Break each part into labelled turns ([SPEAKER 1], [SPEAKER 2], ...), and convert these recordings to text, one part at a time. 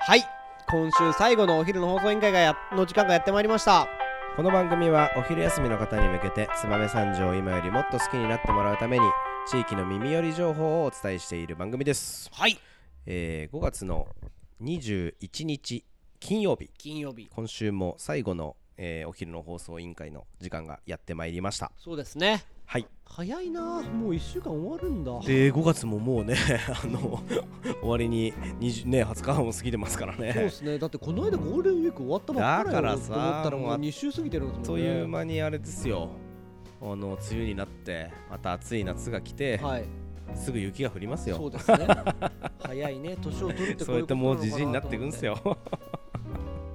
[SPEAKER 1] はい今週最後のお昼の放送委員会がやの時間がやってまいりました
[SPEAKER 2] この番組はお昼休みの方に向けて燕三条を今よりもっと好きになってもらうために地域の耳寄り情報をお伝えしている番組です、
[SPEAKER 1] はい
[SPEAKER 2] えー5月の21日金曜日
[SPEAKER 1] 金曜日
[SPEAKER 2] 今週も最後の、えーお昼の放送委員会の時間がやってまいりました
[SPEAKER 1] そうですね
[SPEAKER 2] はい
[SPEAKER 1] 早いなもう1週間終わるんだ
[SPEAKER 2] で5月ももうね あの終わりに 20,、ね、20日も過ぎてますから
[SPEAKER 1] そうで
[SPEAKER 2] ね
[SPEAKER 1] すねだってこの間ゴールデンウィーク終わったばっかり
[SPEAKER 2] だからさ
[SPEAKER 1] と思ったらも
[SPEAKER 2] も
[SPEAKER 1] う
[SPEAKER 2] う
[SPEAKER 1] 2週過ぎてるんです
[SPEAKER 2] と
[SPEAKER 1] もん
[SPEAKER 2] いう
[SPEAKER 1] ね
[SPEAKER 2] 間にあれですよあの梅雨になってまた暑い夏が来て、
[SPEAKER 1] はい
[SPEAKER 2] すぐ雪が降りますよ
[SPEAKER 1] そうですね早いね年を取るってこ
[SPEAKER 2] そうう
[SPEAKER 1] いう
[SPEAKER 2] や
[SPEAKER 1] こ
[SPEAKER 2] っ
[SPEAKER 1] となの
[SPEAKER 2] ても
[SPEAKER 1] か
[SPEAKER 2] うじじいになっていくんですよ。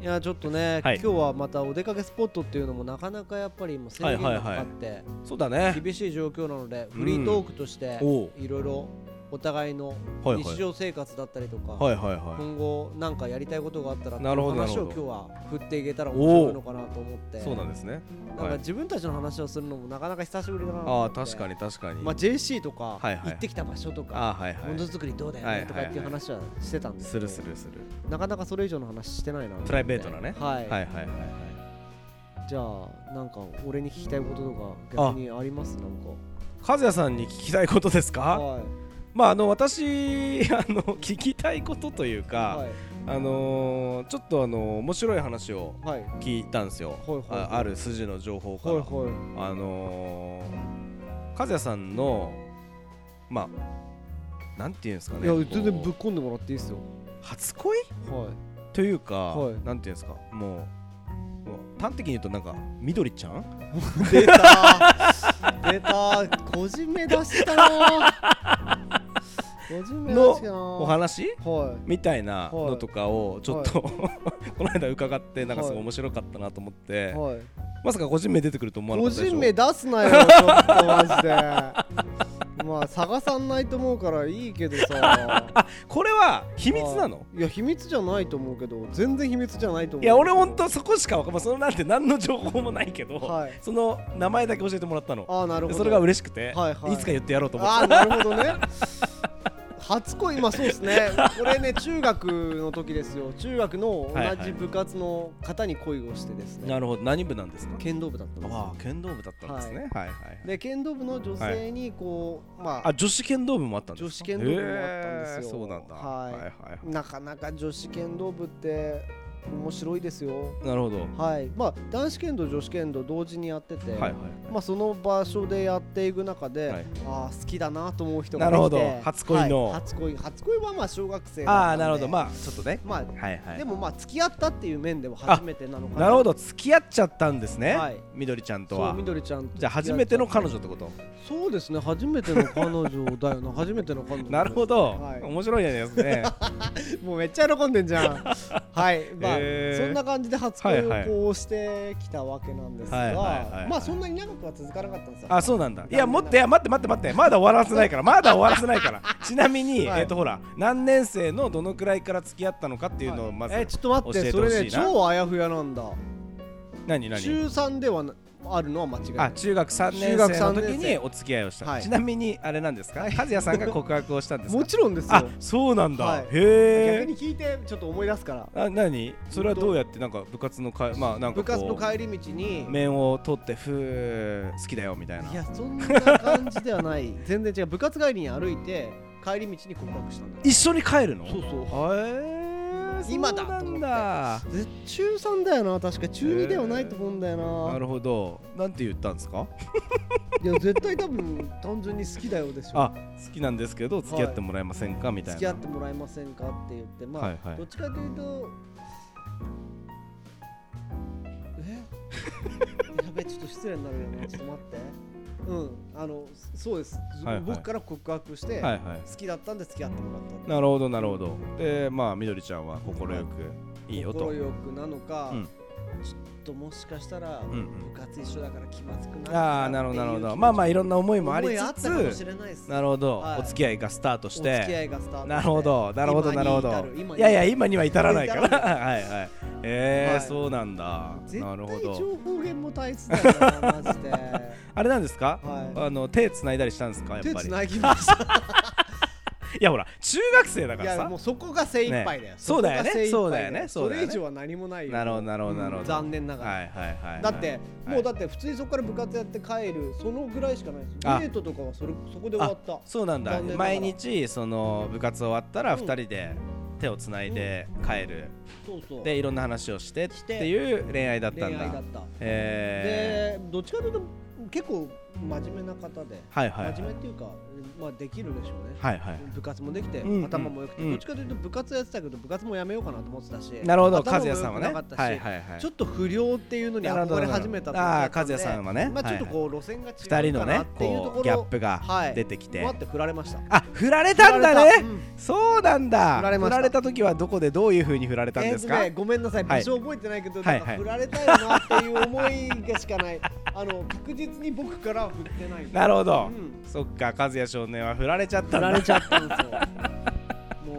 [SPEAKER 1] いやちょっとね、
[SPEAKER 2] はい
[SPEAKER 1] 今日はまたお出かけスポットっていうのもなかなかやっぱりもう制限がかかって、
[SPEAKER 2] そうだね。
[SPEAKER 1] 厳しい状況なので
[SPEAKER 2] うん
[SPEAKER 1] フリートークとして
[SPEAKER 2] おう
[SPEAKER 1] いろいろお互いの
[SPEAKER 2] はいはい
[SPEAKER 1] 日常生活だったりとか、
[SPEAKER 2] はいはいは
[SPEAKER 1] 今後なんかやりたいことがあったら
[SPEAKER 2] なるほど
[SPEAKER 1] っていう話を
[SPEAKER 2] な
[SPEAKER 1] 今
[SPEAKER 2] る
[SPEAKER 1] 日
[SPEAKER 2] ほ
[SPEAKER 1] は振っていけたら
[SPEAKER 2] おう
[SPEAKER 1] 面白いのかなと思って
[SPEAKER 2] い。そうなんですね。
[SPEAKER 1] なんか
[SPEAKER 2] はい。
[SPEAKER 1] 自分たちの話をするのもなかなか久しぶりだなと
[SPEAKER 2] あ
[SPEAKER 1] 思
[SPEAKER 2] あ
[SPEAKER 1] って
[SPEAKER 2] 確かに確かに。
[SPEAKER 1] まあ、JC とか、
[SPEAKER 2] はいはい
[SPEAKER 1] 行ってきた場所とか
[SPEAKER 2] ああはいは
[SPEAKER 1] もの
[SPEAKER 2] い。
[SPEAKER 1] づくりどうだよ
[SPEAKER 2] はい
[SPEAKER 1] ね
[SPEAKER 2] はい
[SPEAKER 1] と
[SPEAKER 2] は
[SPEAKER 1] か
[SPEAKER 2] い
[SPEAKER 1] っていう話はしてたんです
[SPEAKER 2] す
[SPEAKER 1] けど、
[SPEAKER 2] るするする。
[SPEAKER 1] なかなかそれ以上の話してないなと思って
[SPEAKER 2] プライベートなね
[SPEAKER 1] はい、
[SPEAKER 2] はいはいはいは
[SPEAKER 1] じゃあなんか俺に聞きたいこととか逆にありますなんか
[SPEAKER 2] い。和也さんに聞きたいことですか？
[SPEAKER 1] はい
[SPEAKER 2] まああの私 あの聞きたいことというか、
[SPEAKER 1] はい
[SPEAKER 2] あのーちょっとあの面白い話を
[SPEAKER 1] はいはい
[SPEAKER 2] 聞いたんですよ
[SPEAKER 1] はいはい。はい
[SPEAKER 2] あある筋の情報から。
[SPEAKER 1] は
[SPEAKER 2] あのー和也さんのまあなんていうんですかね。
[SPEAKER 1] いいや
[SPEAKER 2] こう
[SPEAKER 1] 全然ぶっ込んでもらっていいですよ
[SPEAKER 2] 初恋？
[SPEAKER 1] は
[SPEAKER 2] というか、
[SPEAKER 1] はい
[SPEAKER 2] なんていうんですかもうもう端的に言うとなんか緑ちゃん
[SPEAKER 1] い出たー出たー個人目出したなー個人目出したなー
[SPEAKER 2] お話
[SPEAKER 1] は
[SPEAKER 2] みたい
[SPEAKER 1] は
[SPEAKER 2] な
[SPEAKER 1] い
[SPEAKER 2] のとかをちょっと、 この間伺ってなんかすごい
[SPEAKER 1] はい
[SPEAKER 2] 面白かったなと思って、
[SPEAKER 1] いはい
[SPEAKER 2] まさか個人名出てくると思わな
[SPEAKER 1] 個
[SPEAKER 2] かったでしょ
[SPEAKER 1] 人名出すなよちょっとマジでまあ探さんないと思うからいいけどさ
[SPEAKER 2] これは 秘密なの、
[SPEAKER 1] いや秘密じゃないと思うけど全然秘密じゃないと思う
[SPEAKER 2] い、
[SPEAKER 1] い
[SPEAKER 2] や俺ほんとそこしかわかんないそのなんて何の情報もないけど、
[SPEAKER 1] はい
[SPEAKER 2] その名前だけ教えてもらったの
[SPEAKER 1] ああなるほ
[SPEAKER 2] で
[SPEAKER 1] ど
[SPEAKER 2] それが嬉しくて、
[SPEAKER 1] はい
[SPEAKER 2] い
[SPEAKER 1] はい
[SPEAKER 2] つか言ってやろうと思っ
[SPEAKER 1] あ
[SPEAKER 2] て
[SPEAKER 1] あなるほどね初恋まあそうですねこれね中学の時ですよ中学の
[SPEAKER 2] はい
[SPEAKER 1] 同
[SPEAKER 2] は
[SPEAKER 1] じ
[SPEAKER 2] い
[SPEAKER 1] 部活の方に恋をしてですね、
[SPEAKER 2] なるほど何部なんですか
[SPEAKER 1] 剣道部だったんですよ
[SPEAKER 2] ああ剣道部だったんですね、はいはいはい
[SPEAKER 1] で剣道部の女性にこう、ま
[SPEAKER 2] あ女子剣道部もあったんですか
[SPEAKER 1] 女子剣道部もあったんですよ
[SPEAKER 2] へーそうなんだ、
[SPEAKER 1] はい
[SPEAKER 2] はいは
[SPEAKER 1] あなかなか女子剣道部って面白いですよ
[SPEAKER 2] いなるほど、は
[SPEAKER 1] はいまあ男子剣道女子剣道同時にやってて、
[SPEAKER 2] いはい
[SPEAKER 1] まあ、その場所でやっていく中で、
[SPEAKER 2] はい
[SPEAKER 1] ああ好きだなと思う人が
[SPEAKER 2] なるほど
[SPEAKER 1] できて
[SPEAKER 2] 初恋の
[SPEAKER 1] はい初恋初恋はまあ小学生だったん
[SPEAKER 2] あ
[SPEAKER 1] で
[SPEAKER 2] あなるほどまあちょっとね
[SPEAKER 1] まあ
[SPEAKER 2] はいはい
[SPEAKER 1] でもまあ付き合ったっていう面では初めてなのかな
[SPEAKER 2] なるほど付き合っちゃったんですね、
[SPEAKER 1] はい
[SPEAKER 2] みどりちゃんと
[SPEAKER 1] そう
[SPEAKER 2] は
[SPEAKER 1] みどりちゃんと
[SPEAKER 2] じゃあ初めての彼女ってこと
[SPEAKER 1] そうですね初めての彼女だよ な初めての彼女
[SPEAKER 2] なるほど、
[SPEAKER 1] はい
[SPEAKER 2] 面白いやつね
[SPEAKER 1] もうめっちゃ喜んでんじ ゃんはいまあ、
[SPEAKER 2] へー
[SPEAKER 1] そんな感じで初恋を
[SPEAKER 2] はいはい
[SPEAKER 1] こうしてきたわけなんですが、
[SPEAKER 2] はいはいはいはい
[SPEAKER 1] まあそんなに長くは続かなかったんですよ
[SPEAKER 2] あそう なんだいやもっといや待って待って待ってまだ終わらせないからまだ終わらせないから ちなみに、
[SPEAKER 1] はい
[SPEAKER 2] えっ、とほら何年生のどのくらいから付き合ったのかっていうのをまず、
[SPEAKER 1] えちょっと待って
[SPEAKER 2] 教えて
[SPEAKER 1] そ
[SPEAKER 2] ほしいな
[SPEAKER 1] れね超あやふやなんだ
[SPEAKER 2] 何何
[SPEAKER 1] 中3ではなあるのは間違いな
[SPEAKER 2] あ
[SPEAKER 1] い
[SPEAKER 2] 中学3
[SPEAKER 1] 中
[SPEAKER 2] 年
[SPEAKER 1] 学
[SPEAKER 2] 生
[SPEAKER 1] 三
[SPEAKER 2] の時
[SPEAKER 1] 年生
[SPEAKER 2] にお付き合いをした、
[SPEAKER 1] はい
[SPEAKER 2] ちなみにあれなんですか和也さんが告白をしたんですか
[SPEAKER 1] もちろんです
[SPEAKER 2] あ
[SPEAKER 1] よ
[SPEAKER 2] そうなんだ、
[SPEAKER 1] はい逆
[SPEAKER 2] へえ
[SPEAKER 1] に聞いてちょっと思い出すから
[SPEAKER 2] あ何それはどうやってなんか部活のかまあなんかこ
[SPEAKER 1] 部
[SPEAKER 2] う
[SPEAKER 1] 活の帰り道に
[SPEAKER 2] 面を取ってふー好きだよみたいない
[SPEAKER 1] やそんな感じではない 全然違う部活帰りに歩いて帰り道に告白したんだ
[SPEAKER 2] 一緒に帰るの
[SPEAKER 1] そうそう
[SPEAKER 2] へえ
[SPEAKER 1] 今だと思って
[SPEAKER 2] そうなんだ
[SPEAKER 1] で中3だよな確か中2ではないと思うんだよな,、
[SPEAKER 2] なるほどなんて言ったんですか
[SPEAKER 1] いや絶対多分単純に好きだよでしょ
[SPEAKER 2] あ好きなんですけど付き合ってもらえませんか、みたい
[SPEAKER 1] 付
[SPEAKER 2] な
[SPEAKER 1] き合ってもらえませんかって言ってまあ、
[SPEAKER 2] はいはい
[SPEAKER 1] どっちかというとえ やべちょっと失礼になるよなちょっと待ってうんあのそうです、
[SPEAKER 2] はいはい
[SPEAKER 1] 僕から告白して、
[SPEAKER 2] はいはい
[SPEAKER 1] 好きだったんで付き合ってもらった
[SPEAKER 2] なるほどなるほどでまあみどりちゃんは快く、い、いよと
[SPEAKER 1] 心よくなのか、
[SPEAKER 2] うん
[SPEAKER 1] ちょっともしかしたら、
[SPEAKER 2] うんうん
[SPEAKER 1] 部活一緒だから気まずくなる
[SPEAKER 2] ああなるほどなるほどまあまあいろんな思いもあり
[SPEAKER 1] 思いあ
[SPEAKER 2] つ
[SPEAKER 1] ったかもし
[SPEAKER 2] つ
[SPEAKER 1] れないです
[SPEAKER 2] なるほど、
[SPEAKER 1] はい
[SPEAKER 2] お付き合いがスタートし
[SPEAKER 1] お付き合
[SPEAKER 2] て
[SPEAKER 1] いがスタートして
[SPEAKER 2] なるほどなるほどなるほ
[SPEAKER 1] 今に至
[SPEAKER 2] ど
[SPEAKER 1] 今
[SPEAKER 2] いやいや今には至らないから
[SPEAKER 1] 今に至
[SPEAKER 2] はいはいえー
[SPEAKER 1] はい
[SPEAKER 2] そうなんだ
[SPEAKER 1] 絶
[SPEAKER 2] なるほ
[SPEAKER 1] 対
[SPEAKER 2] ど
[SPEAKER 1] 情報源も大切だよなマジ で
[SPEAKER 2] あれなんですか、
[SPEAKER 1] はい
[SPEAKER 2] あの手つないだりしたんですかやっ
[SPEAKER 1] 手
[SPEAKER 2] ぱり
[SPEAKER 1] 繋ぎました
[SPEAKER 2] いやほら中学生だ
[SPEAKER 1] い
[SPEAKER 2] から
[SPEAKER 1] や
[SPEAKER 2] さ
[SPEAKER 1] もうそこが精一杯だよ、
[SPEAKER 2] ねそうだよ
[SPEAKER 1] こ
[SPEAKER 2] ね
[SPEAKER 1] が精一杯
[SPEAKER 2] そうだよねそうだ
[SPEAKER 1] そ
[SPEAKER 2] よね
[SPEAKER 1] れ以上は何もないよ
[SPEAKER 2] なるほどなるほどなるほど、
[SPEAKER 1] うん残念ながら、
[SPEAKER 2] はいはいはいはい
[SPEAKER 1] だって、
[SPEAKER 2] はい
[SPEAKER 1] もうだって普通にそこから部活やって帰るそのぐらいしかないです
[SPEAKER 2] あ
[SPEAKER 1] デートとかはそれそこで終わった
[SPEAKER 2] そうなんだ
[SPEAKER 1] 残念ながら
[SPEAKER 2] 毎日その部活終わったら
[SPEAKER 1] うん
[SPEAKER 2] 2人で手をつないで帰る、
[SPEAKER 1] そうそう
[SPEAKER 2] でいろんな話をしてっ
[SPEAKER 1] して
[SPEAKER 2] ていう恋愛だったんだ
[SPEAKER 1] 恋愛だった
[SPEAKER 2] へ
[SPEAKER 1] で
[SPEAKER 2] え
[SPEAKER 1] どっちかというと結構真面目な方で、
[SPEAKER 2] はいはいはい
[SPEAKER 1] 真面目っていうか、まあ、できるでしょうね、
[SPEAKER 2] はいはい
[SPEAKER 1] 部活もできて、
[SPEAKER 2] うん
[SPEAKER 1] 頭も良くて、
[SPEAKER 2] うん
[SPEAKER 1] どっちかというと部活やってたけど部活もやめようかなと思ってたし
[SPEAKER 2] なるほど
[SPEAKER 1] 頭
[SPEAKER 2] 和
[SPEAKER 1] も良
[SPEAKER 2] 也
[SPEAKER 1] く
[SPEAKER 2] さんはね
[SPEAKER 1] なかったし、
[SPEAKER 2] はいはいはい
[SPEAKER 1] ちょっと不良っていうのに憧れ始めた時
[SPEAKER 2] あ
[SPEAKER 1] だ
[SPEAKER 2] あ
[SPEAKER 1] っ
[SPEAKER 2] ー和
[SPEAKER 1] たんで
[SPEAKER 2] 也さんはね、
[SPEAKER 1] まあ、ちょっと
[SPEAKER 2] はい
[SPEAKER 1] こう路線が
[SPEAKER 2] は
[SPEAKER 1] 違
[SPEAKER 2] い、
[SPEAKER 1] う
[SPEAKER 2] 2人
[SPEAKER 1] か
[SPEAKER 2] の
[SPEAKER 1] なっ
[SPEAKER 2] ね
[SPEAKER 1] ていうとこ
[SPEAKER 2] こ
[SPEAKER 1] ろ
[SPEAKER 2] うギャップが
[SPEAKER 1] はい
[SPEAKER 2] 出てきて、
[SPEAKER 1] 待って振られました
[SPEAKER 2] あ振られたんだね、
[SPEAKER 1] うん
[SPEAKER 2] そうなんだ
[SPEAKER 1] 振られました
[SPEAKER 2] た時はどこでどういう風に振られたんです
[SPEAKER 1] え
[SPEAKER 2] か、
[SPEAKER 1] ーとね、ごめんなさい、
[SPEAKER 2] はい
[SPEAKER 1] 場所覚えてないけど、
[SPEAKER 2] はい
[SPEAKER 1] なんか
[SPEAKER 2] はい
[SPEAKER 1] 振られたいなっていう思いがしかない、あの確実に僕からは振ってない。
[SPEAKER 2] なるほど、
[SPEAKER 1] うん
[SPEAKER 2] そっか和也少年は振られちゃっ
[SPEAKER 1] 振
[SPEAKER 2] たん
[SPEAKER 1] ら
[SPEAKER 2] だ
[SPEAKER 1] れちゃったんですよ。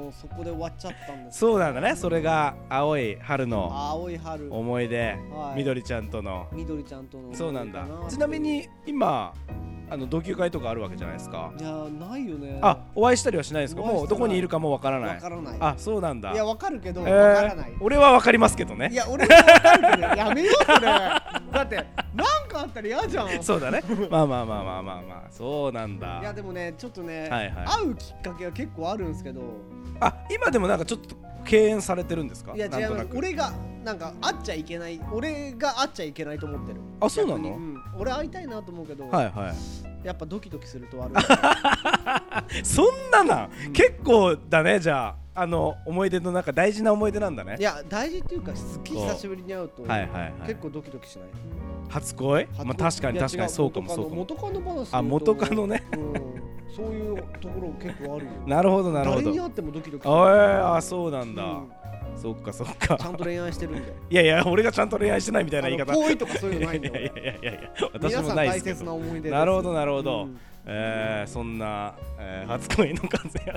[SPEAKER 1] もうそこで終わっちゃったんです。
[SPEAKER 2] そうなんだねそれが青い春の
[SPEAKER 1] 青い春、
[SPEAKER 2] 思い出、
[SPEAKER 1] はい
[SPEAKER 2] みどりちゃんとの
[SPEAKER 1] みどりちゃんとの思い出か。
[SPEAKER 2] そうなんだちなみに今あの同級会とかあるわけじゃないですか
[SPEAKER 1] いやーないよね。
[SPEAKER 2] あお会いしたりはしないですか
[SPEAKER 1] お会いしてない
[SPEAKER 2] もうどこにいるかもわからない
[SPEAKER 1] わからない。
[SPEAKER 2] あそうなんだ
[SPEAKER 1] いやわかるけど
[SPEAKER 2] え
[SPEAKER 1] わ
[SPEAKER 2] ー
[SPEAKER 1] からない。
[SPEAKER 2] 俺はわかりますけど
[SPEAKER 1] い
[SPEAKER 2] ね
[SPEAKER 1] や俺もわかるけどやめよ うそれ。だってなんかあったら嫌じゃん。
[SPEAKER 2] そうだね まあまあまあまあまあまあそうなん
[SPEAKER 1] いや
[SPEAKER 2] だ
[SPEAKER 1] でもねちょっとね、
[SPEAKER 2] はいはい
[SPEAKER 1] 会うきっかけは結構あるんですけど
[SPEAKER 2] あ今でもなんかちょっと敬遠されてるんですか
[SPEAKER 1] いや
[SPEAKER 2] なん
[SPEAKER 1] 違い
[SPEAKER 2] と
[SPEAKER 1] ま
[SPEAKER 2] な
[SPEAKER 1] す
[SPEAKER 2] く
[SPEAKER 1] 俺がなんか会っちゃいけない俺が会っちゃいけないと思ってる
[SPEAKER 2] あそうな
[SPEAKER 1] 逆に
[SPEAKER 2] の
[SPEAKER 1] ん俺会いたいなと思うけど、
[SPEAKER 2] はいはい
[SPEAKER 1] やっぱドキドキするとある
[SPEAKER 2] そんななん、結構だねじゃああの思い出の中大事な思い出なんだね
[SPEAKER 1] いや大事っていうかすっげえ久しぶりに会うと、
[SPEAKER 2] はいはいはい
[SPEAKER 1] 結構ドキドキしない
[SPEAKER 2] 初恋まあ確かに確かにそうかもそうかも
[SPEAKER 1] 元カノ元カノ話
[SPEAKER 2] あ元カノね
[SPEAKER 1] うんそういうところ結構あるよ
[SPEAKER 2] なるほ どなるほ
[SPEAKER 1] 誰
[SPEAKER 2] ど
[SPEAKER 1] に会ってもドキドキする
[SPEAKER 2] あえーあそうなんだ、
[SPEAKER 1] うん
[SPEAKER 2] そっかそっ
[SPEAKER 1] ちゃん
[SPEAKER 2] か
[SPEAKER 1] と恋愛してるんで
[SPEAKER 2] いやいや俺がちゃんと恋愛してないみたいな言い
[SPEAKER 1] あ
[SPEAKER 2] 方
[SPEAKER 1] の遠いとかそういうのないん
[SPEAKER 2] い
[SPEAKER 1] で
[SPEAKER 2] やい
[SPEAKER 1] 俺
[SPEAKER 2] やいやいやいや私
[SPEAKER 1] 皆さ
[SPEAKER 2] も
[SPEAKER 1] ん
[SPEAKER 2] ないで
[SPEAKER 1] 大
[SPEAKER 2] すけ
[SPEAKER 1] 切な
[SPEAKER 2] ど
[SPEAKER 1] 思い出です
[SPEAKER 2] なるほどなるほど、
[SPEAKER 1] うん
[SPEAKER 2] えー、そんな、えー、初恋の感じや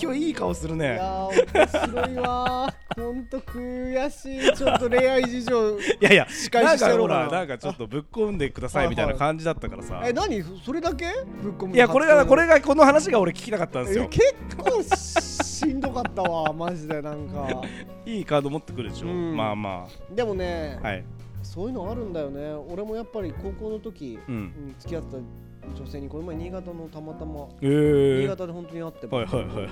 [SPEAKER 2] 今日いい顔する
[SPEAKER 1] い
[SPEAKER 2] ね
[SPEAKER 1] やー面白いわーほんと悔しいちょっと恋愛事 情
[SPEAKER 2] いやいや
[SPEAKER 1] 仕返
[SPEAKER 2] な
[SPEAKER 1] しし
[SPEAKER 2] ん
[SPEAKER 1] てや
[SPEAKER 2] か
[SPEAKER 1] ろ
[SPEAKER 2] ほ
[SPEAKER 1] うから
[SPEAKER 2] なんかちょっとぶっ込んでくださいみたいな感じだったからさ
[SPEAKER 1] え何それだけぶっ込む
[SPEAKER 2] いやこれがこれ
[SPEAKER 1] が
[SPEAKER 2] がこの話が俺聞きたかったんです
[SPEAKER 1] え
[SPEAKER 2] よ
[SPEAKER 1] 結構しんどかったわマジでなんか
[SPEAKER 2] いいカード持ってくるでしょ、
[SPEAKER 1] うん
[SPEAKER 2] まあま
[SPEAKER 1] でもね、
[SPEAKER 2] あ はい
[SPEAKER 1] そういうのあるんだよね俺もやっぱり高校の時、
[SPEAKER 2] う
[SPEAKER 1] うんん、付き合ってた女性にこの前新潟のたまたま
[SPEAKER 2] え
[SPEAKER 1] 新
[SPEAKER 2] ー、
[SPEAKER 1] 潟で本当に会って、
[SPEAKER 2] はいはいはいはい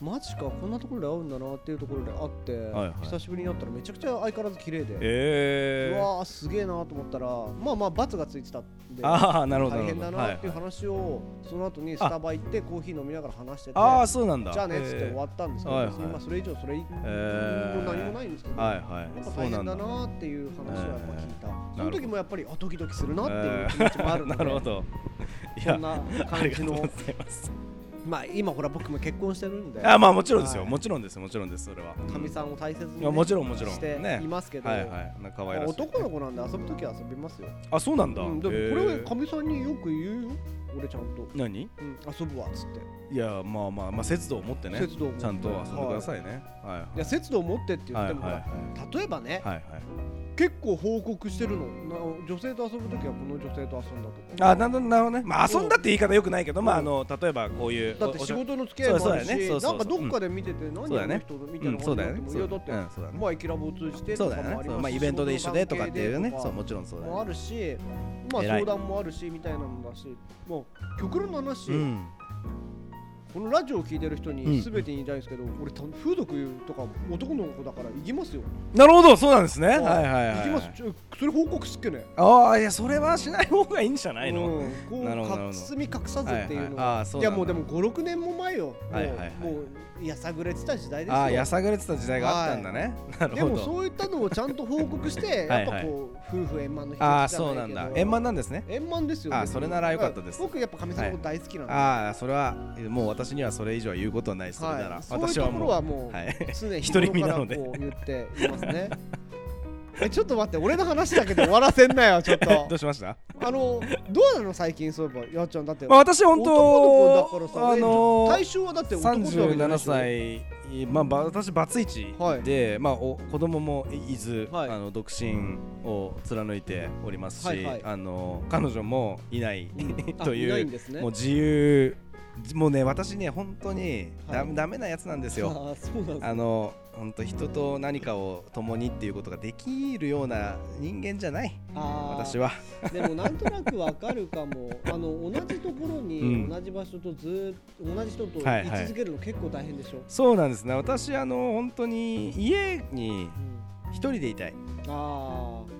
[SPEAKER 1] マジかこんなところで会うんだなっていうところで会って、
[SPEAKER 2] はいはい
[SPEAKER 1] 久しぶりに会ったらめちゃくちゃ相変わらず綺麗で、
[SPEAKER 2] え
[SPEAKER 1] う
[SPEAKER 2] ー、
[SPEAKER 1] わーすげえなと思ったらまあまあ罰がついてたんで
[SPEAKER 2] ああなるほど
[SPEAKER 1] 大
[SPEAKER 2] なる
[SPEAKER 1] 変
[SPEAKER 2] ほ
[SPEAKER 1] だ
[SPEAKER 2] ど
[SPEAKER 1] なっていう
[SPEAKER 2] はいはい
[SPEAKER 1] 話をその後にスタバ行ってコーヒー飲みながら話してて
[SPEAKER 2] ああそうなんだ
[SPEAKER 1] じゃあねっつって終わ
[SPEAKER 2] っ
[SPEAKER 1] ったんですけ
[SPEAKER 2] は
[SPEAKER 1] ど
[SPEAKER 2] いは
[SPEAKER 1] 別
[SPEAKER 2] い
[SPEAKER 1] に今それ以上それもう
[SPEAKER 2] えー
[SPEAKER 1] 何もないんですけど
[SPEAKER 2] は
[SPEAKER 1] や
[SPEAKER 2] いはい
[SPEAKER 1] っぱ
[SPEAKER 2] そう
[SPEAKER 1] 大
[SPEAKER 2] な
[SPEAKER 1] 変
[SPEAKER 2] ん
[SPEAKER 1] だ
[SPEAKER 2] だ
[SPEAKER 1] なっていう話はやっぱ聞いた
[SPEAKER 2] ど
[SPEAKER 1] その時もやっぱりあドキドキするなっていう気持ちもあるの
[SPEAKER 2] なるほ
[SPEAKER 1] で
[SPEAKER 2] どい
[SPEAKER 1] そ
[SPEAKER 2] や
[SPEAKER 1] んな
[SPEAKER 2] あ
[SPEAKER 1] 感
[SPEAKER 2] り
[SPEAKER 1] じ
[SPEAKER 2] がとうご
[SPEAKER 1] の
[SPEAKER 2] ざいます
[SPEAKER 1] まあ今ほら僕も結婚してるんで
[SPEAKER 2] あまあもちろんですよ
[SPEAKER 1] はい
[SPEAKER 2] もちろんですもちろんですそれは
[SPEAKER 1] かみさんを大切
[SPEAKER 2] いや
[SPEAKER 1] に
[SPEAKER 2] も
[SPEAKER 1] ね
[SPEAKER 2] ちろんもちろん
[SPEAKER 1] して
[SPEAKER 2] ね
[SPEAKER 1] いますけど
[SPEAKER 2] はいはいなんか可愛らしい
[SPEAKER 1] 男の子なんで遊ぶ時は遊びますよ
[SPEAKER 2] あそうなんだ
[SPEAKER 1] うんでもこ
[SPEAKER 2] へー
[SPEAKER 1] れはかみさんによく言うよ俺ちゃんと
[SPEAKER 2] 何
[SPEAKER 1] うん遊ぶわっつって
[SPEAKER 2] いやまあまあまあ節度を持ってね
[SPEAKER 1] 節度を持って
[SPEAKER 2] ちゃんと遊んでくださいねはい
[SPEAKER 1] や節度を持ってって
[SPEAKER 2] い
[SPEAKER 1] 言っ
[SPEAKER 2] は
[SPEAKER 1] て
[SPEAKER 2] いはい
[SPEAKER 1] も、
[SPEAKER 2] はい
[SPEAKER 1] 例えばね、
[SPEAKER 2] はいはい
[SPEAKER 1] 結構報告してるのな女性と遊ぶ時はこの女性と遊んだとか
[SPEAKER 2] あなるほどなるほどねまあ遊んだって言い方よくないけどまああの例えばこういう
[SPEAKER 1] だって
[SPEAKER 2] おお
[SPEAKER 1] 仕事の付き合いもあるし、
[SPEAKER 2] そうだよねそうそう
[SPEAKER 1] なんかどっかで見てて、何
[SPEAKER 2] そうだよね
[SPEAKER 1] あの人みた
[SPEAKER 2] う
[SPEAKER 1] いなん
[SPEAKER 2] そうだよ
[SPEAKER 1] な
[SPEAKER 2] ね
[SPEAKER 1] って
[SPEAKER 2] そ
[SPEAKER 1] もい
[SPEAKER 2] う
[SPEAKER 1] やだって、
[SPEAKER 2] だよねうんそうだね
[SPEAKER 1] まあ、イキラボを通じて
[SPEAKER 2] そ
[SPEAKER 1] と
[SPEAKER 2] う
[SPEAKER 1] か
[SPEAKER 2] だよ
[SPEAKER 1] もあ
[SPEAKER 2] ね
[SPEAKER 1] り
[SPEAKER 2] そう
[SPEAKER 1] ま
[SPEAKER 2] ますあ
[SPEAKER 1] し
[SPEAKER 2] イベントで一緒でとかっていうね
[SPEAKER 1] 仕事
[SPEAKER 2] そ
[SPEAKER 1] の関係
[SPEAKER 2] う
[SPEAKER 1] で
[SPEAKER 2] もちろんそう
[SPEAKER 1] と
[SPEAKER 2] だ
[SPEAKER 1] か
[SPEAKER 2] よ
[SPEAKER 1] もあ
[SPEAKER 2] ね
[SPEAKER 1] るしまあ
[SPEAKER 2] 偉い
[SPEAKER 1] 相談もあるしみたいなのだしもう極論の話、
[SPEAKER 2] うん
[SPEAKER 1] このラジオを聞いてる人
[SPEAKER 2] うん
[SPEAKER 1] に全てに言いたいんですけど、俺た風俗とか男の子だから行きますよ
[SPEAKER 2] なるほどそうなんですねはいはいはいはい
[SPEAKER 1] 行きますちょそれ報告しっけね
[SPEAKER 2] ああいやそれはしない方がいいんじゃないの、
[SPEAKER 1] うん、こう
[SPEAKER 2] なる
[SPEAKER 1] か
[SPEAKER 2] ほどなるほど
[SPEAKER 1] 包み隠さずっていうの
[SPEAKER 2] はいはいあーそうな
[SPEAKER 1] や
[SPEAKER 2] んだ
[SPEAKER 1] もうでも56年も前よもう,、
[SPEAKER 2] はいはいはい
[SPEAKER 1] もうやさぐれてた時代ですよ
[SPEAKER 2] ああやさぐれてた時代があったんだね、なる
[SPEAKER 1] で
[SPEAKER 2] ほ
[SPEAKER 1] も
[SPEAKER 2] ど
[SPEAKER 1] そういったのをちゃんと報告して
[SPEAKER 2] はいはい
[SPEAKER 1] やっぱこう夫婦円満の秘訣じゃ
[SPEAKER 2] あ
[SPEAKER 1] ない
[SPEAKER 2] あ
[SPEAKER 1] けど
[SPEAKER 2] そうなんだ円満なんですね
[SPEAKER 1] 円満ですよ
[SPEAKER 2] あー
[SPEAKER 1] 僕
[SPEAKER 2] それなら良かったです
[SPEAKER 1] 僕やっぱ神様のこと大好きなんで、
[SPEAKER 2] ああそれはえもう私にはそれ以上は言うことはないそれなら、
[SPEAKER 1] はい、そういう
[SPEAKER 2] 私
[SPEAKER 1] と
[SPEAKER 2] は
[SPEAKER 1] ころ
[SPEAKER 2] もう
[SPEAKER 1] はもう、
[SPEAKER 2] はい
[SPEAKER 1] 常日
[SPEAKER 2] 独り身な
[SPEAKER 1] 頃
[SPEAKER 2] の
[SPEAKER 1] か
[SPEAKER 2] で
[SPEAKER 1] らこう言っていますね えちょっと待って俺の話だけで終わらせんなよちょっと
[SPEAKER 2] どうしました、
[SPEAKER 1] あのどうなの最近そういえばやっちゃんだって
[SPEAKER 2] まあ、私本当
[SPEAKER 1] 男の子だからさ、
[SPEAKER 2] あのー
[SPEAKER 1] 対象はだって男ってわけじゃない
[SPEAKER 2] 37
[SPEAKER 1] でしょ
[SPEAKER 2] 歳まあば私バツイチ
[SPEAKER 1] はい
[SPEAKER 2] で、まあ、お子供もいず、
[SPEAKER 1] はい
[SPEAKER 2] あの独身を貫いておりますし、
[SPEAKER 1] はいはい
[SPEAKER 2] あの彼女もいない
[SPEAKER 1] うんあ
[SPEAKER 2] という
[SPEAKER 1] ないんですね
[SPEAKER 2] もう自由もうね私ね本当に
[SPEAKER 1] は
[SPEAKER 2] ダ,、
[SPEAKER 1] い
[SPEAKER 2] ダメなやつなんですよ
[SPEAKER 1] あー そうなんです
[SPEAKER 2] あの本当人と何かを共にっていうことができるような人間じゃない
[SPEAKER 1] あー
[SPEAKER 2] 私は
[SPEAKER 1] でもなんとなくわかるかもあの同じところ
[SPEAKER 2] う
[SPEAKER 1] に
[SPEAKER 2] ん
[SPEAKER 1] 同じ場所とずーっと同じ人と居
[SPEAKER 2] はいはい
[SPEAKER 1] 続けるの結構大変でしょ、
[SPEAKER 2] そうなんですね私あの本当に家に
[SPEAKER 1] うん
[SPEAKER 2] 一人でいたい
[SPEAKER 1] ああ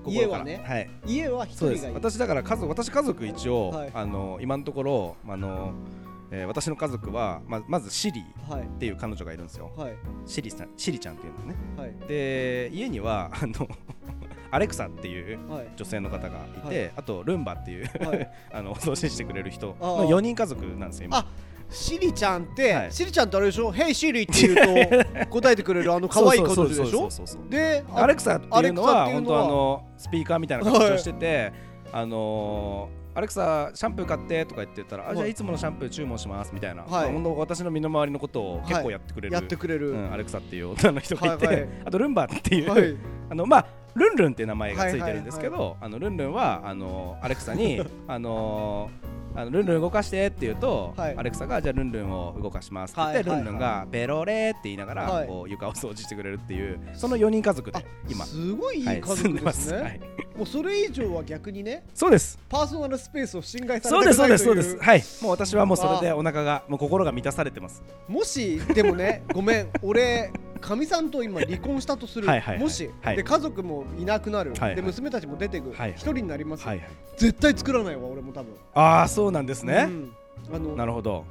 [SPEAKER 1] 家
[SPEAKER 2] 心か
[SPEAKER 1] は
[SPEAKER 2] ら
[SPEAKER 1] ね
[SPEAKER 2] はい
[SPEAKER 1] 家は一人
[SPEAKER 2] そう
[SPEAKER 1] がい
[SPEAKER 2] で
[SPEAKER 1] い
[SPEAKER 2] す私だから家族私家族一応、
[SPEAKER 1] はい
[SPEAKER 2] あの今のところあの、えー私の家族はままずシリーっ
[SPEAKER 1] はい
[SPEAKER 2] ていう彼女がいるんですよ
[SPEAKER 1] はい
[SPEAKER 2] シリさんシリちゃんっていうのね
[SPEAKER 1] はい
[SPEAKER 2] で家にはあの アレクサっていう
[SPEAKER 1] はい
[SPEAKER 2] 女性の方がいて、
[SPEAKER 1] はい
[SPEAKER 2] あとルンバっていう
[SPEAKER 1] はい
[SPEAKER 2] あのお掃除してくれる人
[SPEAKER 1] ああ
[SPEAKER 2] の4人家族なんですよ今
[SPEAKER 1] あシリちゃんって、
[SPEAKER 2] はい
[SPEAKER 1] シリちゃんってあれでしょ「ヘイシリ」って言うと答えてくれるあの可愛い彼女でし
[SPEAKER 2] そう
[SPEAKER 1] ょ
[SPEAKER 2] そうそうそうそう
[SPEAKER 1] であ
[SPEAKER 2] アレクサっていうのは
[SPEAKER 1] アレクサっていう
[SPEAKER 2] 本
[SPEAKER 1] のは
[SPEAKER 2] 当あのスピーカーみたいな形をしてて、あのーアレクサシャンプー買ってとか言ってたら、あじゃ
[SPEAKER 1] は
[SPEAKER 2] あ
[SPEAKER 1] い
[SPEAKER 2] いつものシャンプー注文しますみたいな、
[SPEAKER 1] はい
[SPEAKER 2] まあ本当私の身の回りのことを結構やってくれる、
[SPEAKER 1] やってくれる、
[SPEAKER 2] うん、アレクサっていう女の人がいて、
[SPEAKER 1] はいはい
[SPEAKER 2] あとルンバっていう、
[SPEAKER 1] はい
[SPEAKER 2] あのまあルンルンって名前がついてるんですけど、あのルンルンはあのアレク サにあのあのルンルン動かしてって言うと、
[SPEAKER 1] はい
[SPEAKER 2] アレクサがじゃあルンルンを動かしますって言って、
[SPEAKER 1] はいはいはい
[SPEAKER 2] ルンルンがベロレーって言いながら、
[SPEAKER 1] はい
[SPEAKER 2] こう床を掃除してくれるっていうその4人家族
[SPEAKER 1] あ
[SPEAKER 2] で今
[SPEAKER 1] すごいいい
[SPEAKER 2] は
[SPEAKER 1] 家
[SPEAKER 2] い、住ん
[SPEAKER 1] 族
[SPEAKER 2] で
[SPEAKER 1] で
[SPEAKER 2] ますす。
[SPEAKER 1] ね、
[SPEAKER 2] はい、
[SPEAKER 1] もうそれ以上は逆にね
[SPEAKER 2] そうです。
[SPEAKER 1] パーソナルスペースを侵害さ
[SPEAKER 2] そ
[SPEAKER 1] れ
[SPEAKER 2] う
[SPEAKER 1] た
[SPEAKER 2] で
[SPEAKER 1] く
[SPEAKER 2] す。そ
[SPEAKER 1] ない
[SPEAKER 2] うで
[SPEAKER 1] と
[SPEAKER 2] す。
[SPEAKER 1] い
[SPEAKER 2] そうです。はい、もう私はもうそれで
[SPEAKER 1] あ
[SPEAKER 2] お腹が、もう心が満たされてます。
[SPEAKER 1] もしでもね ごめん俺かみさんと今離婚したとする
[SPEAKER 2] はいはいはい
[SPEAKER 1] もし、
[SPEAKER 2] はい
[SPEAKER 1] で家族もいなくなる、
[SPEAKER 2] はいはい
[SPEAKER 1] で娘たちも出てく、一
[SPEAKER 2] はいはい
[SPEAKER 1] 人になります、
[SPEAKER 2] はいはい。
[SPEAKER 1] 絶対作らないわ俺も多分
[SPEAKER 2] ああ、そうなんです
[SPEAKER 1] う。
[SPEAKER 2] ね
[SPEAKER 1] んあの
[SPEAKER 2] なるほど。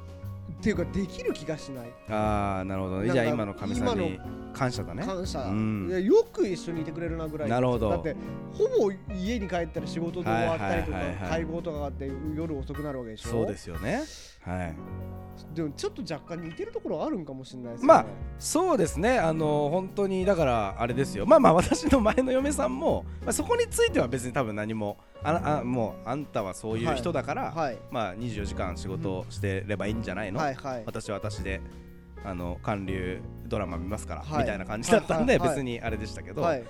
[SPEAKER 1] っていうかできる気がしない
[SPEAKER 2] ああ、なるほど。
[SPEAKER 1] なんか
[SPEAKER 2] じゃあ今の神さんに
[SPEAKER 1] 今
[SPEAKER 2] 感謝だね。
[SPEAKER 1] 感謝、
[SPEAKER 2] うん
[SPEAKER 1] いやよく一緒にいてくれるなぐらい
[SPEAKER 2] なるほど
[SPEAKER 1] だってほぼ家に帰ったら仕事で終わったりとか、
[SPEAKER 2] はいはいはいは
[SPEAKER 1] 会
[SPEAKER 2] い
[SPEAKER 1] 合とかがあって夜遅くなるわけでしょ
[SPEAKER 2] そうですよね。はい。
[SPEAKER 1] でもちょっと若干似てるところあるんかもしれないですね
[SPEAKER 2] まあそうですね。あの本当にだからあれですよ。まあまあ私の前の嫁さんも、まあそこについては別に多分何もああもうあんたはそういう人だから、
[SPEAKER 1] はい
[SPEAKER 2] まあ24時間仕事してればいいんじゃないの？
[SPEAKER 1] はいはい
[SPEAKER 2] 私は私であの韓流ドラマ見ますから、
[SPEAKER 1] はい
[SPEAKER 2] みたいな感じだったん
[SPEAKER 1] は
[SPEAKER 2] で、
[SPEAKER 1] いはいはい
[SPEAKER 2] 別にあれでしたけど、は
[SPEAKER 1] はいい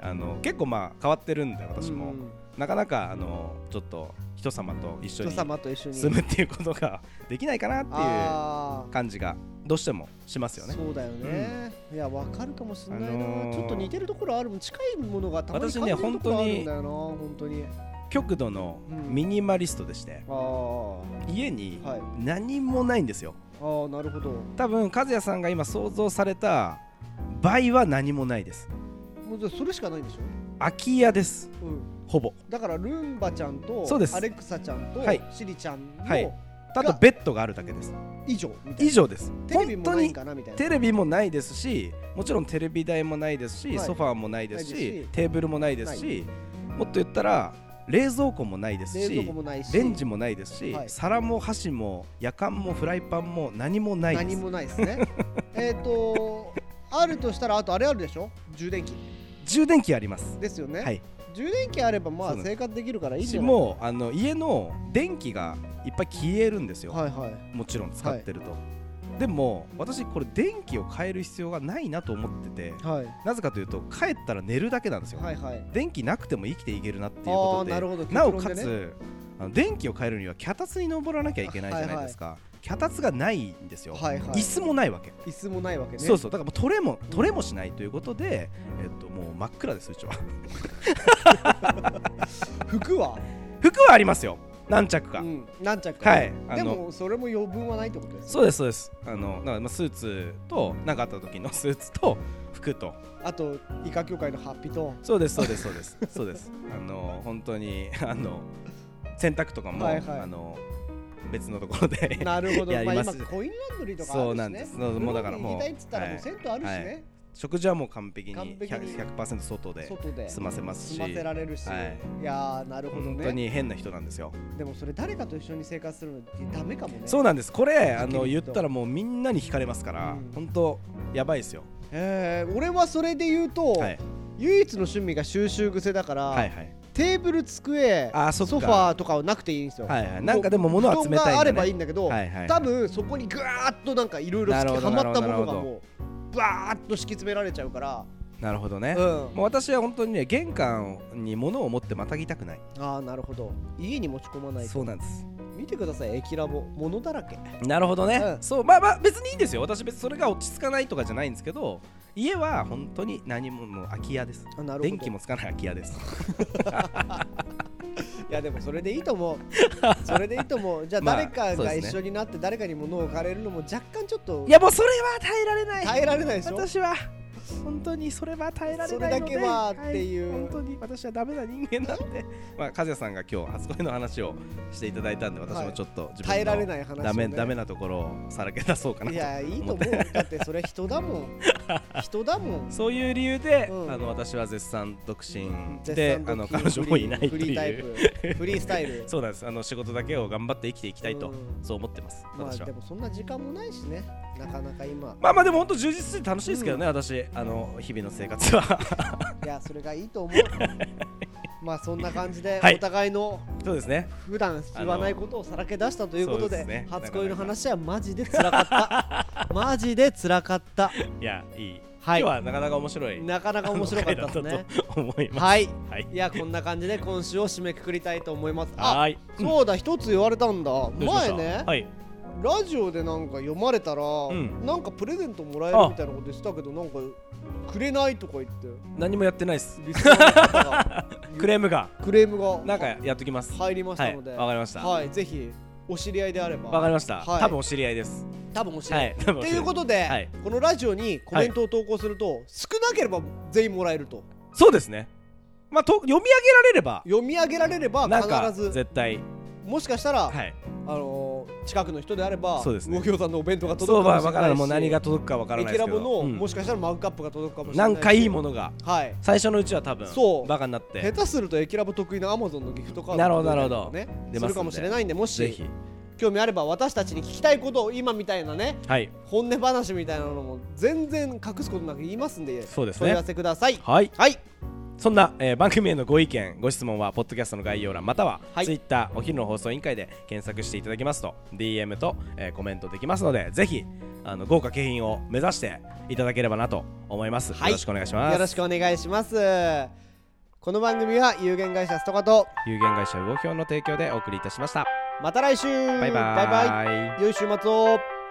[SPEAKER 2] あの結構まあ変わってるんで私も、
[SPEAKER 1] うん
[SPEAKER 2] なかなかあのちょっと人様と一緒
[SPEAKER 1] 人
[SPEAKER 2] に
[SPEAKER 1] 様と一緒に
[SPEAKER 2] 住むっていうことができないかなってい
[SPEAKER 1] あ
[SPEAKER 2] う感じがどうしてもしますよ
[SPEAKER 1] ー
[SPEAKER 2] ね。
[SPEAKER 1] そうだよね、いやわかるかもしれないな、
[SPEAKER 2] あのー
[SPEAKER 1] ちょっと似てるところあるもん近いものがたまに
[SPEAKER 2] 私
[SPEAKER 1] 感
[SPEAKER 2] ね
[SPEAKER 1] じるところあるんだよな本当に
[SPEAKER 2] 極度の
[SPEAKER 1] うん
[SPEAKER 2] ミニマリストでして、
[SPEAKER 1] あー
[SPEAKER 2] 家に
[SPEAKER 1] はい
[SPEAKER 2] 何もないんですよ。
[SPEAKER 1] あーなるほど
[SPEAKER 2] 多分和也さんが今想像された倍は何もないです。
[SPEAKER 1] もうじゃあそれしかないんでしょ、
[SPEAKER 2] 空き家です。
[SPEAKER 1] うん、
[SPEAKER 2] ほぼ。
[SPEAKER 1] だからルンバちゃんと
[SPEAKER 2] そうです
[SPEAKER 1] アレクサちゃんと、
[SPEAKER 2] はい
[SPEAKER 1] シリちゃんの
[SPEAKER 2] はいあとベッドがあるだけです。
[SPEAKER 1] 以上みたい
[SPEAKER 2] 以
[SPEAKER 1] な
[SPEAKER 2] 上です。
[SPEAKER 1] テレビも
[SPEAKER 2] 本当
[SPEAKER 1] ないん
[SPEAKER 2] に
[SPEAKER 1] かなみたいな
[SPEAKER 2] テレビもないですしもちろんテレビ台もないですし、
[SPEAKER 1] はい
[SPEAKER 2] ソファーもないですし
[SPEAKER 1] ないですし
[SPEAKER 2] テーブルもないですしもっと言ったら冷蔵庫もないです
[SPEAKER 1] 冷蔵
[SPEAKER 2] し
[SPEAKER 1] 庫もないし
[SPEAKER 2] レンジもないですし、
[SPEAKER 1] はい
[SPEAKER 2] 皿も箸もやかんもフライパンも何もないです
[SPEAKER 1] 何もないです ねえっとあるとしたらあとあれあるでしょ充電器
[SPEAKER 2] 充電器あります
[SPEAKER 1] ですよね、
[SPEAKER 2] はい
[SPEAKER 1] 充電器あればまあ
[SPEAKER 2] そうなんです
[SPEAKER 1] 生活できるからいいんじ
[SPEAKER 2] し
[SPEAKER 1] ゃない
[SPEAKER 2] もうあの家の電気がいっぱい消えるんですよ、
[SPEAKER 1] はいはい
[SPEAKER 2] もちろん使ってると、でも私これ電気を変える必要がないなと思ってて
[SPEAKER 1] はい
[SPEAKER 2] なぜかというと帰ったら寝るだけなんですよ、
[SPEAKER 1] はいはい
[SPEAKER 2] 電気なくても生きていけるなっていう
[SPEAKER 1] あ
[SPEAKER 2] こ
[SPEAKER 1] あ
[SPEAKER 2] とで
[SPEAKER 1] なるほど
[SPEAKER 2] なおか
[SPEAKER 1] 結論でね
[SPEAKER 2] つ、あの電気を変えるには脚立に登らなきゃいけないじゃないですか、脚立がないんですよ、
[SPEAKER 1] はいはい
[SPEAKER 2] 椅子もないわけ、
[SPEAKER 1] 椅子もないわけね
[SPEAKER 2] そうそうだからもう取れも取れもしないということで、えっと、もう真っ暗ですうちは
[SPEAKER 1] 服は、
[SPEAKER 2] 服はありますよ何着か、
[SPEAKER 1] うん、何着か、
[SPEAKER 2] はいあの
[SPEAKER 1] でもそれも余分はないってことですね
[SPEAKER 2] そうですそうですあのだからまあスーツと何かあった時の スーツと服と
[SPEAKER 1] あとイカ協会のハッピーと
[SPEAKER 2] そうですそうですそうです そうですあの本当に あの洗濯とかも、
[SPEAKER 1] はいはい
[SPEAKER 2] あの別のところで
[SPEAKER 1] なるほど、
[SPEAKER 2] やり
[SPEAKER 1] まあ
[SPEAKER 2] ます
[SPEAKER 1] 今コインランドリーとかあるし、ね、
[SPEAKER 2] そうなんですそうもうだからもう
[SPEAKER 1] 行きたいっつったらもう銭湯あるしね、
[SPEAKER 2] 食事はもう完璧に
[SPEAKER 1] 完璧に
[SPEAKER 2] 100%, 100外で
[SPEAKER 1] 外で
[SPEAKER 2] 済ませますし
[SPEAKER 1] 済ませられるし、
[SPEAKER 2] はい
[SPEAKER 1] い、やーなるほど
[SPEAKER 2] 本当
[SPEAKER 1] ね
[SPEAKER 2] に変な人なんですよ、
[SPEAKER 1] でもそれ誰かと一緒に生活するのダメかもね
[SPEAKER 2] そううなんですこれあ
[SPEAKER 1] きる
[SPEAKER 2] の
[SPEAKER 1] 人
[SPEAKER 2] 言ったらもうみんなに惹かれますから、
[SPEAKER 1] うん
[SPEAKER 2] 本当やばいですよ
[SPEAKER 1] えー、俺はそれで言うと、
[SPEAKER 2] はい
[SPEAKER 1] 唯一の趣味が収集癖だから、
[SPEAKER 2] はいはい
[SPEAKER 1] テーブル机
[SPEAKER 2] あーそ
[SPEAKER 1] ソ
[SPEAKER 2] っか
[SPEAKER 1] ファーとかはなくていいんですよ、
[SPEAKER 2] はいはいなんかでも物は冷たいんだ、ね、
[SPEAKER 1] 布団があればいいんだけど、
[SPEAKER 2] はいはいはい
[SPEAKER 1] 多分そこにぐわーっとなんかいろいろ
[SPEAKER 2] なるほど
[SPEAKER 1] はまったも
[SPEAKER 2] なる
[SPEAKER 1] の
[SPEAKER 2] ほ
[SPEAKER 1] が
[SPEAKER 2] ど
[SPEAKER 1] もうバーッと敷き詰められちゃうから、
[SPEAKER 2] なるほど
[SPEAKER 1] う
[SPEAKER 2] ね、
[SPEAKER 1] ん、
[SPEAKER 2] もう私は本当にね玄関に物を持ってまたぎたくない
[SPEAKER 1] ああなるほど家に持ち込まないと
[SPEAKER 2] そうなんです
[SPEAKER 1] 見てください、駅ラボ、ものだらけ。
[SPEAKER 2] なるほどね、
[SPEAKER 1] うん
[SPEAKER 2] そうまあまあ別にいいんですよ私別にそれが落ち着かないとかじゃないんですけど家は本当に何ももう空き家です
[SPEAKER 1] あなるほど
[SPEAKER 2] 電気もつかない空き家です
[SPEAKER 1] いやでもそれでいいと 思うそれでいいと思うじゃあ
[SPEAKER 2] まあ
[SPEAKER 1] 誰か
[SPEAKER 2] そう
[SPEAKER 1] が
[SPEAKER 2] ですね
[SPEAKER 1] 一緒になって誰かに物を置かれるのも若干ちょっと
[SPEAKER 2] いやもうそれは耐えられない
[SPEAKER 1] 耐えられないでしょ
[SPEAKER 2] 私は本当にそれは耐えられないので
[SPEAKER 1] それだけはっていう
[SPEAKER 2] は本当に私はダメな人間なん でまあ和也さんが今日初恋の話をしていただいたんで私もちょっと自分の
[SPEAKER 1] 耐えられない話をね
[SPEAKER 2] ダメダメなところをさらけ出そうかないと
[SPEAKER 1] やいいと
[SPEAKER 2] 思っ
[SPEAKER 1] 思
[SPEAKER 2] て
[SPEAKER 1] うだってそれ人だも ん人だもん
[SPEAKER 2] そういう理由で、
[SPEAKER 1] うん
[SPEAKER 2] あの私は絶賛独身
[SPEAKER 1] 絶
[SPEAKER 2] で
[SPEAKER 1] 賛
[SPEAKER 2] あの
[SPEAKER 1] 独
[SPEAKER 2] 彼
[SPEAKER 1] 立
[SPEAKER 2] 女もいないと
[SPEAKER 1] フリータイ
[SPEAKER 2] いう
[SPEAKER 1] プフリースタイル
[SPEAKER 2] そうなんですあの仕事だけを頑張って生きていきたいと、
[SPEAKER 1] うん
[SPEAKER 2] そう思ってます
[SPEAKER 1] まあ
[SPEAKER 2] 私は、
[SPEAKER 1] でもそんな時間もないしねなかなか 今
[SPEAKER 2] まあまあでも本当充実してて楽しいですけどね、私あの日々の生活は
[SPEAKER 1] いやそれがいいと思うまあそんな感じで
[SPEAKER 2] はい
[SPEAKER 1] お互いの
[SPEAKER 2] そうですね
[SPEAKER 1] 普段言わないことをさらけ出したということで
[SPEAKER 2] あのそうですね
[SPEAKER 1] 初恋の話はマジで辛かったマジで辛かった
[SPEAKER 2] いやいい、
[SPEAKER 1] はい
[SPEAKER 2] 今日はなかなか面白い
[SPEAKER 1] なかなか面白かったです
[SPEAKER 2] あの
[SPEAKER 1] ね
[SPEAKER 2] 回だったと思います
[SPEAKER 1] はい
[SPEAKER 2] はい
[SPEAKER 1] いやこんな感じで今週を締めくくりたいと思います
[SPEAKER 2] は
[SPEAKER 1] あ
[SPEAKER 2] ーい
[SPEAKER 1] そうだ一つ言われたんだ
[SPEAKER 2] どうしま
[SPEAKER 1] 前
[SPEAKER 2] した
[SPEAKER 1] ね
[SPEAKER 2] はい
[SPEAKER 1] ラジオでなんか読まれたら
[SPEAKER 2] ん
[SPEAKER 1] なんかプレゼントもらえるみたいなこと言ってたけどなんかくれないとか言って
[SPEAKER 2] 何もやってないです
[SPEAKER 1] リスナーの方が
[SPEAKER 2] クレームが
[SPEAKER 1] クレームが
[SPEAKER 2] なんかやっときます
[SPEAKER 1] 入りました
[SPEAKER 2] はい
[SPEAKER 1] ので
[SPEAKER 2] わかりましたわ、
[SPEAKER 1] はいぜひお知り合いであれば
[SPEAKER 2] かりました、
[SPEAKER 1] はい
[SPEAKER 2] 多分お知り合いです
[SPEAKER 1] 多分お知り合
[SPEAKER 2] はいい多分お
[SPEAKER 1] と
[SPEAKER 2] 知り合
[SPEAKER 1] いうことで、
[SPEAKER 2] はい
[SPEAKER 1] このラジオにコメントを投稿すると、少なければ全員もらえると
[SPEAKER 2] そうですねまあと読み上げられれば
[SPEAKER 1] 読み上げられれば
[SPEAKER 2] なんか
[SPEAKER 1] 必ず
[SPEAKER 2] 絶対
[SPEAKER 1] もしかしたら、
[SPEAKER 2] はい
[SPEAKER 1] あのー近くの人であれば
[SPEAKER 2] そうですね
[SPEAKER 1] 魚餃子のお弁当が
[SPEAKER 2] そ
[SPEAKER 1] 届
[SPEAKER 2] う
[SPEAKER 1] くか
[SPEAKER 2] ま
[SPEAKER 1] も
[SPEAKER 2] あ
[SPEAKER 1] しれ
[SPEAKER 2] わ
[SPEAKER 1] な
[SPEAKER 2] か
[SPEAKER 1] い
[SPEAKER 2] ら
[SPEAKER 1] し
[SPEAKER 2] ないもう何が届くかわからない
[SPEAKER 1] エキ
[SPEAKER 2] です
[SPEAKER 1] ラ
[SPEAKER 2] けど
[SPEAKER 1] ボの、
[SPEAKER 2] うん
[SPEAKER 1] もしかしたらマグカップが届くかもしれない
[SPEAKER 2] な
[SPEAKER 1] し
[SPEAKER 2] んかいいものが
[SPEAKER 1] はい
[SPEAKER 2] 最初のうちは多分
[SPEAKER 1] そう
[SPEAKER 2] バカになっ
[SPEAKER 1] 下
[SPEAKER 2] て
[SPEAKER 1] 手するとエキラボ得意のアマゾンのギフトカード
[SPEAKER 2] なるほど
[SPEAKER 1] とかね
[SPEAKER 2] なるほど
[SPEAKER 1] ね
[SPEAKER 2] 出ますんです
[SPEAKER 1] るかもしれないんでも
[SPEAKER 2] ぜ
[SPEAKER 1] し
[SPEAKER 2] ひ
[SPEAKER 1] 興味あれば私たちに聞きたいことを今みたいなね
[SPEAKER 2] はい
[SPEAKER 1] 本音話みたいなのも全然隠すことなく言いますんで
[SPEAKER 2] そうですね
[SPEAKER 1] 問い合わせください
[SPEAKER 2] はい
[SPEAKER 1] はい
[SPEAKER 2] そんな、えー番組へのご意見ご質問はポッドキャストの概要欄または、
[SPEAKER 1] はい
[SPEAKER 2] Twitter お昼の放送委員会で検索していただきますと DM と、えーコメントできますのでぜひあの豪華景品を目指していただければなと思います、
[SPEAKER 1] はい
[SPEAKER 2] よろしくお願いします
[SPEAKER 1] よろしくお願いしますこの番組は有限会社ストカと
[SPEAKER 2] 有限会社魚表の提供でお送りいたしました
[SPEAKER 1] また来週
[SPEAKER 2] バイバーイ
[SPEAKER 1] バイバイ良い週末を